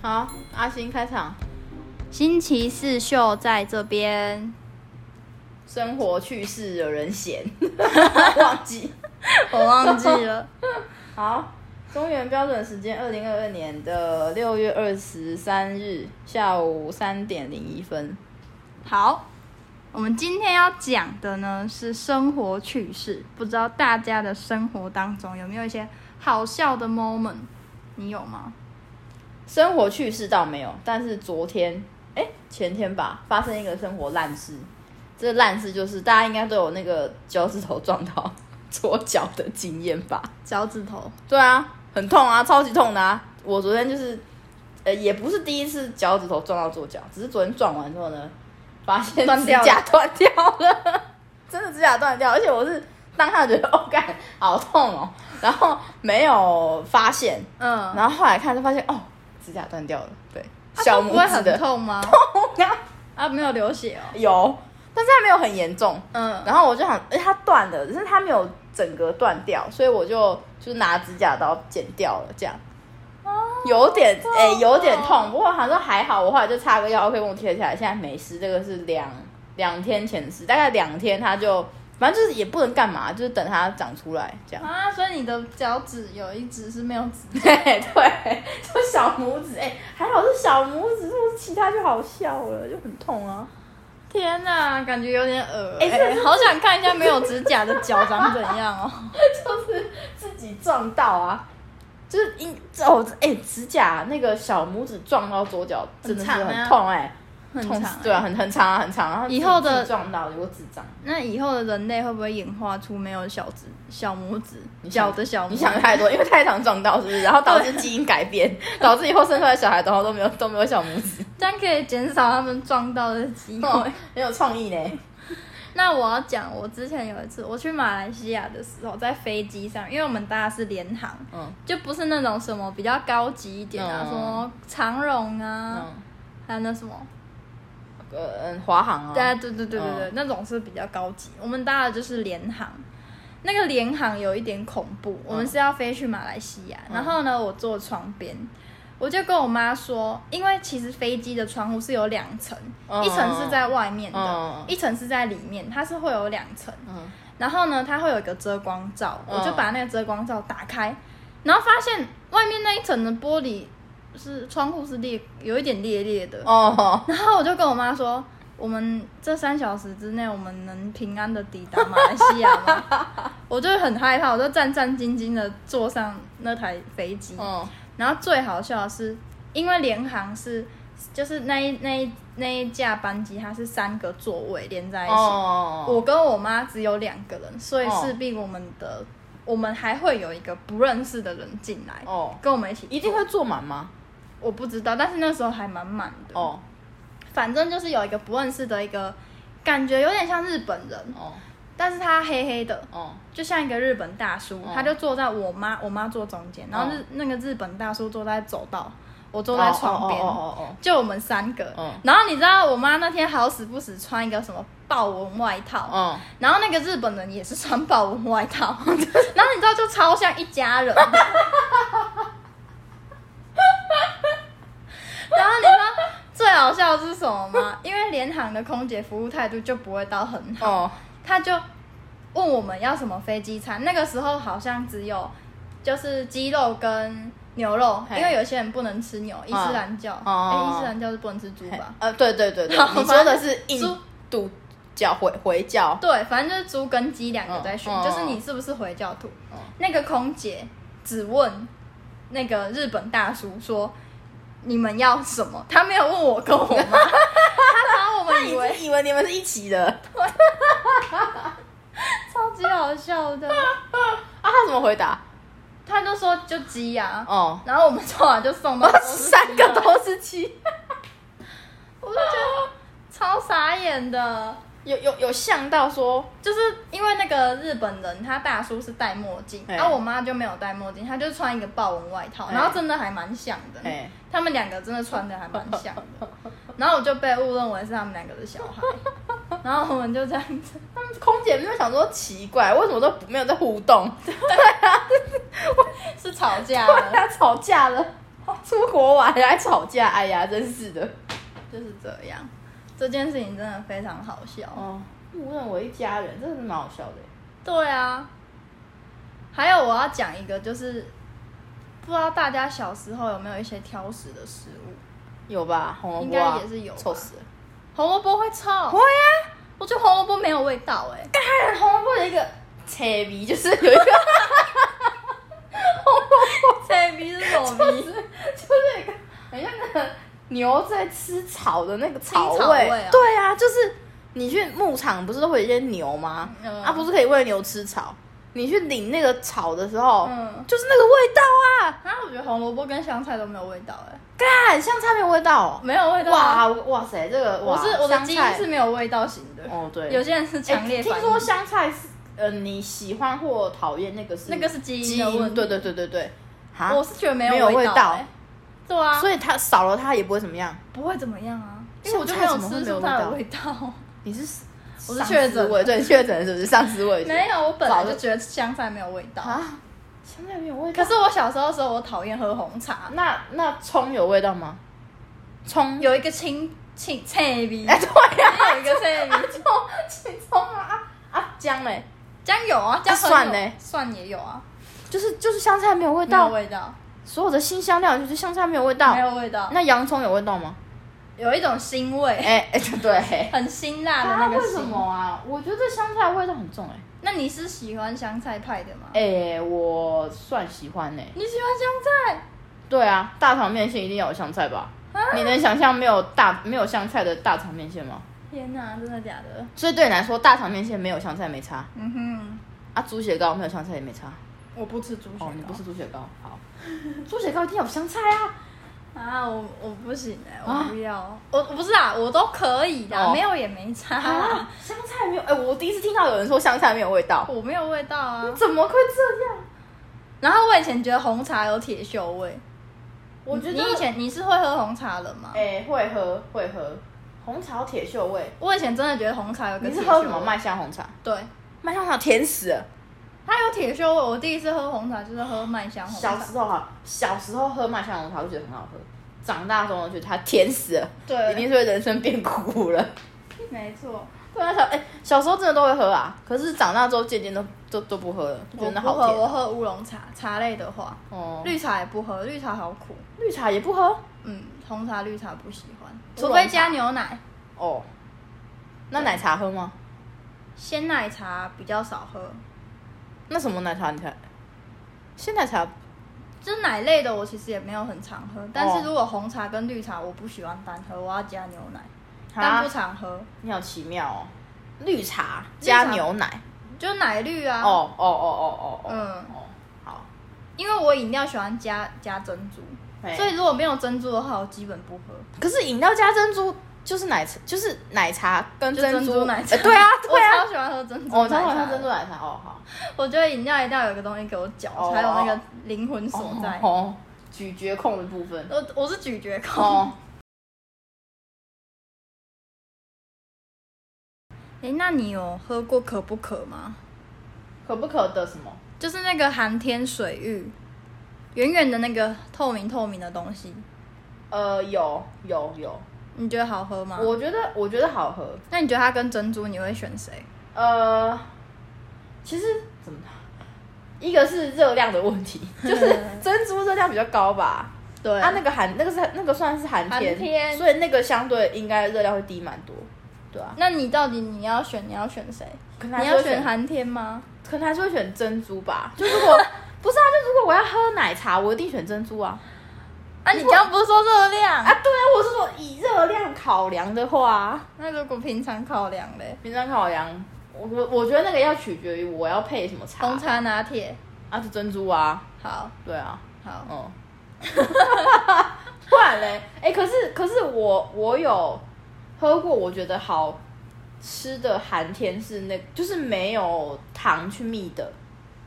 好，阿星开场，星期四秀在这 边，生活趣事惹人 嫌，忘记。我忘记了。好，中原标准时间二零二二年的六月二十三日下午三点零一分。好，我们今天要讲的呢是生活趣事，不知道大家的生活当中有没有一些好笑的 moment？你有吗？生活趣事倒没有，但是昨天，哎、前天吧，发生一个生活烂事。这烂事就是大家应该都有那个脚趾头撞到 左脚的经验吧？脚趾头，对啊，很痛啊，超级痛的啊！我昨天就是，呃，也不是第一次脚趾头撞到左脚，只是昨天撞完之后呢，发现断指掉了甲断掉了， 真的指甲断掉，而且我是当下觉得哦，干好痛哦，然后没有发现，嗯，然后后来看就发现哦，指甲断掉了，对，它小不会拇指很的痛 吗？然后啊，没有流血哦。 有，但是它没有很严重，嗯，然后我就想，哎、它断了，只是它没有整个断掉，所以我就就是拿指甲刀剪掉了，这样。有点痛哎、有点哦痛，不过好像说还好，我后来就擦个药可以给我贴起来，现在没事。这个是两两天前的事，大概两天它就，反正就是也不能干嘛，就是等它长出来这样。啊，所以你的脚趾有一只是没有指甲， 对对，就小拇指，哎、还好是小拇指，如果是其他就好笑了，就很痛啊。天哪、感觉有点恶哎哎、这好想看一下没有指甲的脚长怎样哦。 就是自己撞到啊，就是因哦哎、指甲那个小拇指撞到左脚真的是很长很啊痛哎、 很痛长、死对啊，很很长啊，很长啊。然后以后的自己撞到有个智障，那以后的人类会不会演化出没有小指、小拇指、你想脚的小拇 指？你想太多，因为太常撞到是不是？然后导致基因改变， 导致以后生出来的小孩都都没有都没有小拇指，这样可以减少他们撞到的机会。哦很有创意呢。 那我要讲，我之前有一次我去马来西亚的时候，在飞机上，因为我们搭的是联航，嗯就不是那种什么比较高级一点啊，嗯什么长荣啊，嗯还有那什么，呃嗯，华航啊，对啊，对对对对对，那种是比较高级。我们搭的就是联航，那个联航有一点恐怖，我们是要飞去马来西亚，嗯然后呢，我坐窗边。我就跟我妈说，因为其实飞机的窗户是有两层，嗯一层是在外面的，嗯一层是在里面，它是会有两层。嗯然后呢，它会有一个遮光罩，嗯我就把那个遮光罩打开，然后发现外面那一层的玻璃是窗户是裂，有一点裂裂的。哦， 然后我就跟我妈说，我们这三小时之内，我们能平安的抵达马来西亚吗？ 我就很害怕，我就战战兢兢的坐上那台飞机。嗯然后最好笑的是，因为联航是就是那一那一那一架班机，它是三个座位连在一起。哦，我跟我妈只有两个人，所以哦势必我们的、我们还会有一个不认识的人进来，哦，跟我们一起。一定会坐满吗？我不知道，但是那时候还蛮满的。，哦反正就是有一个不认识的一个，感觉有点像日本人，哦但是他黑黑的，哦，就像一个日本大叔，哦他就坐在我妈我妈坐中间，然后日、哦那个日本大叔坐在走道，我坐在床边。哦哦哦哦哦，就我们三个，嗯然后你知道我妈那天好死不死穿一个什么豹纹外套，嗯。然后那个日本人也是穿豹纹外套， 然后你知道就超像一家人。 然后你知道最好笑的是什么吗？因为联航的空姐服务态度就不会到很好，哦，他就问我们要什么飞机餐。那个时候好像只有就是鸡肉跟牛肉，嘿因为有些人不能吃牛，伊斯兰教，哎、哦伊斯兰教是不能吃猪吧？呃，对对对对好，吧你说的是印猪度教回回教，对，反正就是猪跟鸡两个在选，嗯嗯就是你是不是回教徒。嗯那个空姐只问那个日本大叔说：“你们要什么？”他没有问我 跟我妈，他把我们以以为为以啊为你们是一起的啊？超级好笑的，他怎么回答？ 他就说就鸡呀、 哦，然后我们后来就 送到三个，都是七，我就觉得超傻眼的。有有有像到说，就是因为那个日本人，他大叔是戴墨镜，哎然后、我妈就没有戴墨镜，她就穿一个豹纹外套，哎然后真的还蛮像的。哎，他们两个真的穿的还蛮像的，然后我就被误认为是他们两个的小孩，然后我们就这样子，他们空姐没有想说奇怪，为什么都不没有在 互动，是吵架对了，啊，吵架了，好出国玩来吵架，哎呀，真是的。就是这样。这件事情真的非常好笑。哦，误认为一家人，真的是蛮好笑的。对啊，还有我要讲一个，就是不知道大家小时候有没有一些挑食的食物？有吧？红萝卜、啊、应该也是有吧臭死了。 红萝卜会臭，会啊，我觉得红萝卜没有味道哎、但红萝卜有一个扯鼻，就是有一个 欸，这鼻是什么鼻？就是一个很像那个牛在吃草的那个草青草味啊对啊，就是你去牧场不是都会有一些牛吗？嗯啊，不是可以喂牛吃草？你去领那个草的时候，嗯就是那个味道啊！然后我觉得红萝卜跟香菜都没有味道哎、干，香菜没有味道、没有味哦。道啊、哇哇塞，这个我哇是我的香基因菜是没有味道型的。哦对，有些人是强欸烈反应、听说香菜是呃你喜欢或讨厌那个是那个是基基因的问因，题。对对对对对，哈我，是觉得没啊没有味味道欸对啊，所以它少了它也不会怎么样。不会怎么样啊，因香为我就菜没有怎么会吃没有味出道它的味 道。你是我是丧确失诊味，对确诊是不是丧失 味觉？没有，我本来早就就觉得香菜没有味道。啊，香菜没有味道。可是我小时候的时候，我讨厌喝红茶，那那葱有味道吗？葱有一个清清脆味，哎对呀，嗯有一个脆 味。葱青葱啊啊啊姜嘞，姜有啊，那姜哎蒜呢呢？蒜也有啊，就是就是香菜没有味没有道，哦味道，所有的新香料就是香菜没有味道没。有味道，那洋葱有味道吗？有一种腥味，哎哎对。很辛辣的它那个为什腥。么啊？我觉得香菜味道很重哎、那你是喜欢香菜派的吗？欸。哎、我算喜欢哎、你喜欢香菜？对啊，大肠面线一定要有香菜吧？啊你能想象没有大没有香菜的大肠面线吗？天哪，真的假的？所以对你来说，大肠面线没有香菜没差嗯哼，啊，猪血糕没有香菜也没差。我不吃猪血哦，你不糕吃猪血糕，好，猪血糕一定要有香菜啊。啊，我我不行哎，我啊不要，我我不是啊，我都可以哦的，没有也没差啊，，香菜没有，哎、我第一次听到有人说香菜没有味道，我没有味道啊。怎么会这样？然后我以前觉得红茶有铁锈味，我觉得你以前你是会喝红茶的吗？哎、会喝会喝红茶有铁锈味，我以前真的觉得红茶有个你铁锈是味。喝什么麦香红茶？对，麦香红茶甜死了。它有铁锈味。我第一次喝红茶就是喝麦香红小茶，时候哈，小时候喝麦香红茶就觉得很好喝，长大之后觉得它甜死了，对一定是会人生变苦了。没错， 对啊，小哎、小时候真的都会喝啊，可是长大之后渐渐都都都不喝了，就觉我得那不好喝，我甜。喝乌龙茶，茶类的话，哦，绿绿茶也不喝，绿茶好苦，绿茶也不喝嗯，红茶绿茶不喜欢，茶除非加牛奶，哦，那奶茶喝吗？鲜奶茶比较少喝，那什么奶茶你才？鲜奶啊茶就是奶类的我其实也没有很常喝，但哦是如果红茶跟绿茶我不喜欢单喝，我要加牛奶，但啊不，常喝，你好奇妙哦，绿茶绿加茶牛奶，就奶绿啊，哦哦哦哦哦哦，嗯哦，好，因为我饮料喜欢加加珍珠，嘿所以如果没有珍珠的话，我基本不喝。可是饮料加珍珠就是奶茶，就是奶茶跟就珍珠奶茶、呃对啊，对啊。 我超喜欢喝珍珠哦，奶茶。超喜欢喝珍珠奶茶哦，好。我觉得饮料一定要有一个东西给我嚼，哦才有那个灵魂所哦在。哦，咀嚼控的部 分。我我是咀嚼控。哦，哎、那你有喝过可不可吗？可不可的什么？就是那个寒天水域，远远的那个透明透明的东西，呃，有有有，你觉得好喝吗？我觉得我觉得好喝。那你觉得它跟珍珠你会选谁？呃，其实怎么？一个是热量的问 题，就是珍珠热量比较高吧。对啊，那个含那个是那个算是含寒天所以那个相对应该热量会低蛮多，对啊。那你到底你要选你要选谁？可能还你是会要选寒天吗？可能还是会选珍珠吧。就如 果不是啊，就如果我要喝奶茶，我一定选珍珠啊。啊，你刚刚不是说热量？啊，对啊，我是说以热量考量的话，那如果平常考量嘞，平常考量，我我我觉得那个要取决于我要配什么茶，红茶拿铁，啊是珍珠啊，好对啊，好。嗯， 不然嘞，哎、可是可是我我有喝过，我觉得好吃的寒天是那就是没有糖去蜜的，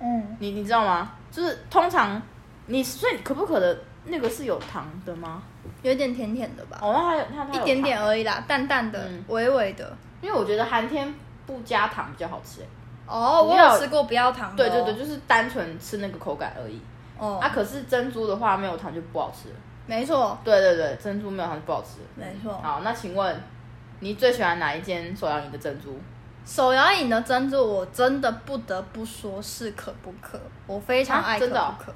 嗯，你你知道吗？就是通常你所以可不可的那个是有糖的吗？有点甜甜的吧，哦，那它有那它有一糖点点，而已啦，淡淡的嗯，微微的。因为我觉得寒天不加糖比较好吃、欸。哦，不我要有吃过不要糖的、对对对，，就是单纯吃那个口感而已。哦，啊，可是珍珠的话没有糖就不好吃了。没错，对对对，珍珠没有它是不好吃的。没错。好，那请问你最喜欢哪一间手摇饮的珍珠？手摇饮的珍珠，我真的不得不说是可不可，我非常啊爱可真不的哦可。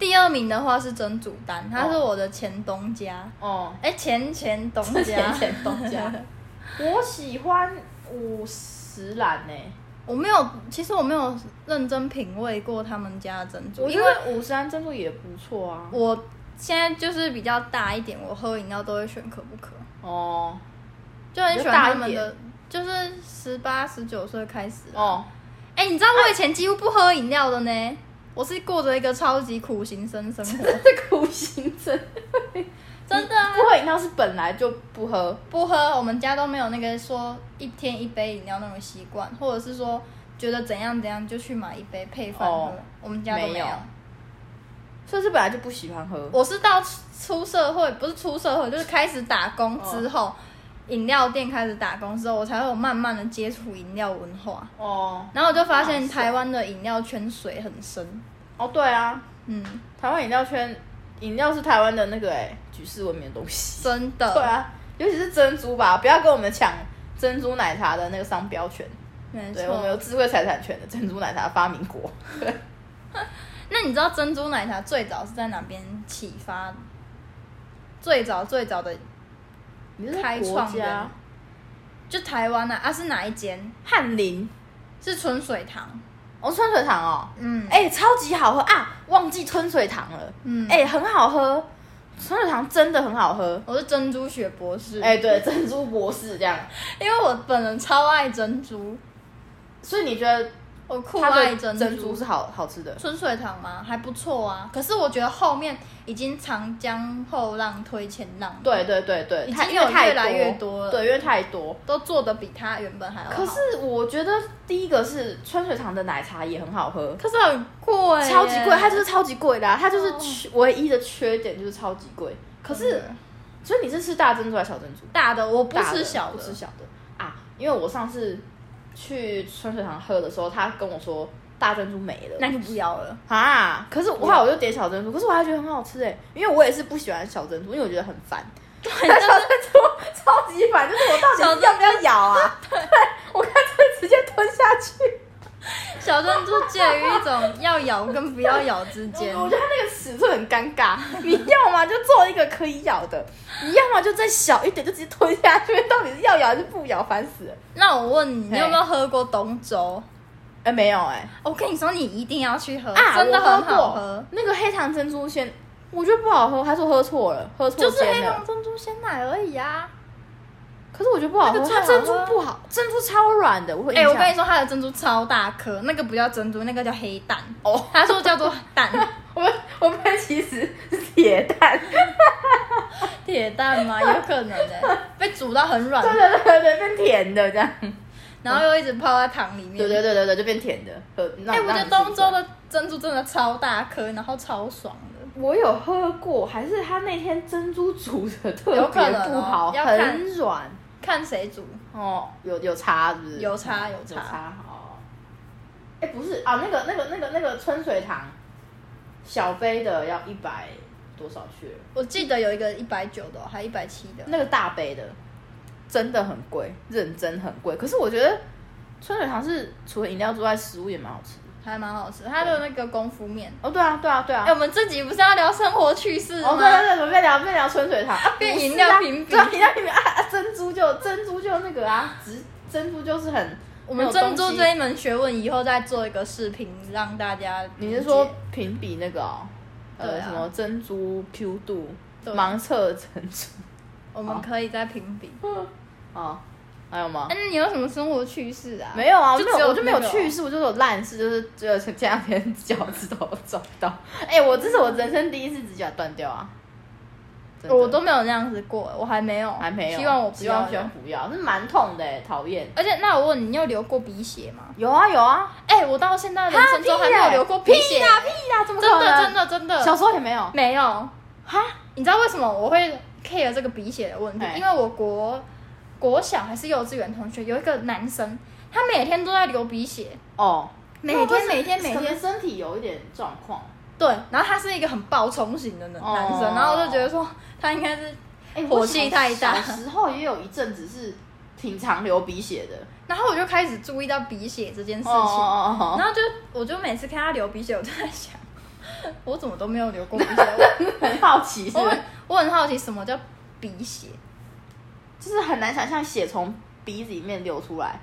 第二名的话是珍珠丹，它是哦我的前东家，哦，哎、前前东家，前前东家 我喜欢五十兰欸诶、 我没有，其实我没有认真品味过他们家的珍珠，我因觉为得五十兰珍珠也不错啊。我现在就是比较大一点，我喝饮料都会选可不可，哦就很你喜就欢大他一们点的，就是十八、十九岁开始。哦，哎、你知道我以前几乎不喝饮料的呢，我是过着一个超级苦行僧生活，这苦行僧真的啊不喝饮料是本来就不喝不喝，我们家都没有那个说一天一杯饮料那种习惯，或者是说觉得怎样怎样就去买一杯配饭喝，哦我们家都没没有有。所以是本来就不喜欢喝。我是到出出社会，不是出社会，就是开始打工之哦后，饮、料店开始打工之后，我才会有慢慢的接触饮料文化。哦然后我就发现哇塞台湾的饮料圈水很深，哦，对啊，嗯，台湾饮料圈，饮料是台湾的那个哎、举世闻名的东西。真的，对啊，尤其是珍珠吧，不要跟我们抢珍珠奶茶的那个商标权。没对，我们有错。智慧财产权的珍珠奶茶发明国。那你知道珍珠奶茶最早是在哪边启发？最早最早的你开创的，就台湾啊，啊是哪一间？翰林，是春水堂，哦，春水堂哦，嗯，哎、超级好喝啊！忘记春水堂了，嗯哎、很好喝，春水堂真的很好喝。我是珍珠学博士，哎、对，珍珠博士这样，因为我本人超爱珍珠，所以你觉得我酷它爱的珍珠。珍珠是好好吃的？春水堂吗？还不错啊，可是我觉得后面已经长江后浪推前浪，，对对对对，已它经因为有太越来越多了对，因为太多。都做的比它原本还要好。可，是我觉得第一个是春水堂的奶茶也很好喝，可是很贵耶，超级贵，它就是超级贵的、啊，它就是哦缺唯一的缺点就是超级贵。可真是的，所以你是吃大珍珠还是小珍珠？嗯大的，我不大吃小不的，吃小的啊，因为我上次去春水堂喝的时候，他跟我说大珍珠没了。那就不要了。啊！可是我后来我就点小珍珠，可是我还觉得很好吃哎、因为我也是不喜欢小珍珠，因为我觉得很烦。对，小珍珠 超级烦，就是我到小底珍珠要不要咬啊？对，我干脆直接吞下去。小珍珠介于一种要咬跟不要咬之间我，我觉得它那个尺寸很尴 尬，你要么就做一个可以咬的，你要么就再小一点就直接吞下去，到底是要咬还是不咬，烦死了。那我问你，你嘿有没有喝过东洲？哎、没有哎、我跟你说，你一定要去喝，啊，真的我很过好喝，那个黑糖珍珠鲜，我觉得不好喝，还是我喝错了，喝错就是间黑糖了。珍珠鲜奶而已啊。可是我觉得不好那喝，个最它好珍珠喝不好，珍珠超软的，我会哎、影我响。跟你说，它的珍珠超大颗，那个不叫珍珠，那个叫黑蛋。哦，他说叫做蛋， 我我们其实是铁 蛋，铁蛋吗？有可能的、 被煮到很软对，对对对，变甜的这样。然后又一直泡在糖里面。对对对对对，就变甜的。哎哎、我觉得东洲，的珍珠真的超大颗，然后超爽的。我有喝过，还是他那天珍珠煮的特有可别能哦不好，要看很软。看谁煮，哦，有有差是不是？有差有有差。差哦。哎、不是啊，那个那个那个那个春水堂，小杯的要一百多少去了？我记得有一个一百九的哦、还一百七的。那个大杯的真的很贵，认真很贵。可是我觉得春水堂是除了饮料之外，食物也蛮好吃的。还蛮好吃，它的那个功夫面。哦，对啊，对啊，对啊。哎、我们这集不是要聊生活趣事吗？哦，对对对，我们在聊在聊春水堂，啊、变 不是饮料啊评比对啊饮料评比啊，啊珍珠就珍珠就那个啊，只珍珠就是很我们没有珍珠东西这一门学问，以后再做一个视频让大家理你解。是说评比那个哦？对呃，啊什么珍珠 Q 度、对盲测珍珠我们可以再评比？哦，还有吗嗯哎、？那你有什么生活趣事啊？没有啊，我就没只有有，我就没有那个哦趣事，我就有烂事，就是就是前两天脚趾头撞到， 哎、我这是我人生第一次指甲断掉啊，真的我都没有那样子过，我还没有，还没有，啊希望我不希要望希望不要，是蛮痛的、欸，讨厌。而且，那我问你，你有流过鼻血吗？有啊有啊，哎、我到现在人生中还没有流过鼻血，屁啦屁啦，怎么真可的能？真的真小的时候也没有没有。哈，你知道为什么我会 care 这个鼻血的问题？哎因为我国国小还是幼稚园同学有一个男生，他每天都在流鼻血，哦，每那不天是每天每可能天，身体有一点状况，对，然后他是一个很暴冲型的男哦男生，然后我就觉得说他应该是，哎火气太大小时候也有一阵子是挺常流鼻血的然后我就开始注意到鼻血这件事事情，哦哦然后就我就每次看他流鼻血，我就在想， 我怎么都没有流过鼻血，很好奇是我不我 是很我很好奇什么叫鼻血，就是很难想象血从鼻子里面流出来，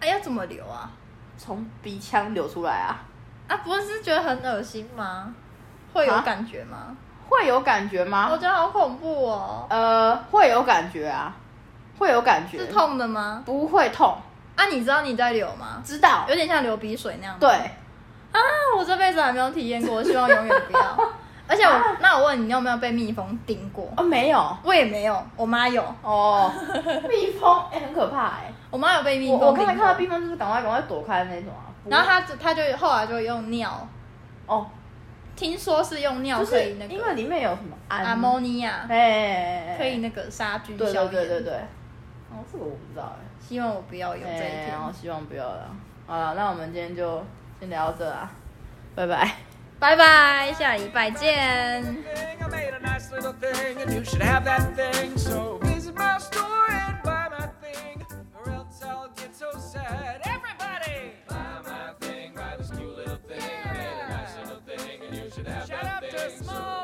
哎、要怎么流啊？从鼻腔流出来啊，啊，不是觉得很恶心吗？会有啊感觉吗？会有感觉吗？我觉得好恐怖哦，呃，会有感觉啊，会有感觉，是痛的吗？不会痛，啊，你知道你在流吗？知道有点像流鼻水那样。对，那我这辈子还没有体验过，希望永远不要。 而且我，那我问你，你有没有被蜜蜂叮过？哦没有我也没有，我妈有，哦，蜜蜂哎、很可怕哎、我妈有被蜜我蜂叮我刚才过看到蜜蜂就是赶快赶快躲开的那种啊，不然后她就她就后来就用尿，哦听说是用尿就可是以那因为个里面有什么氨阿莫尼亚，哎可以那个杀菌对消对炎。对对对，哦这个我不知道哎、哎希望我不要有这一天。我哦希望不要了。好了，那我们今天就先聊到这啦，拜拜。拜拜，下礼拜见。 thing. I made a nice little thing, and you should have that thing. So visit my store and buy my thing, or else I'll get so sad. Everybody, buy my thing, buy this cute little thing. I made a nice little thing, and you should have Shout that thing. Shout out to Small.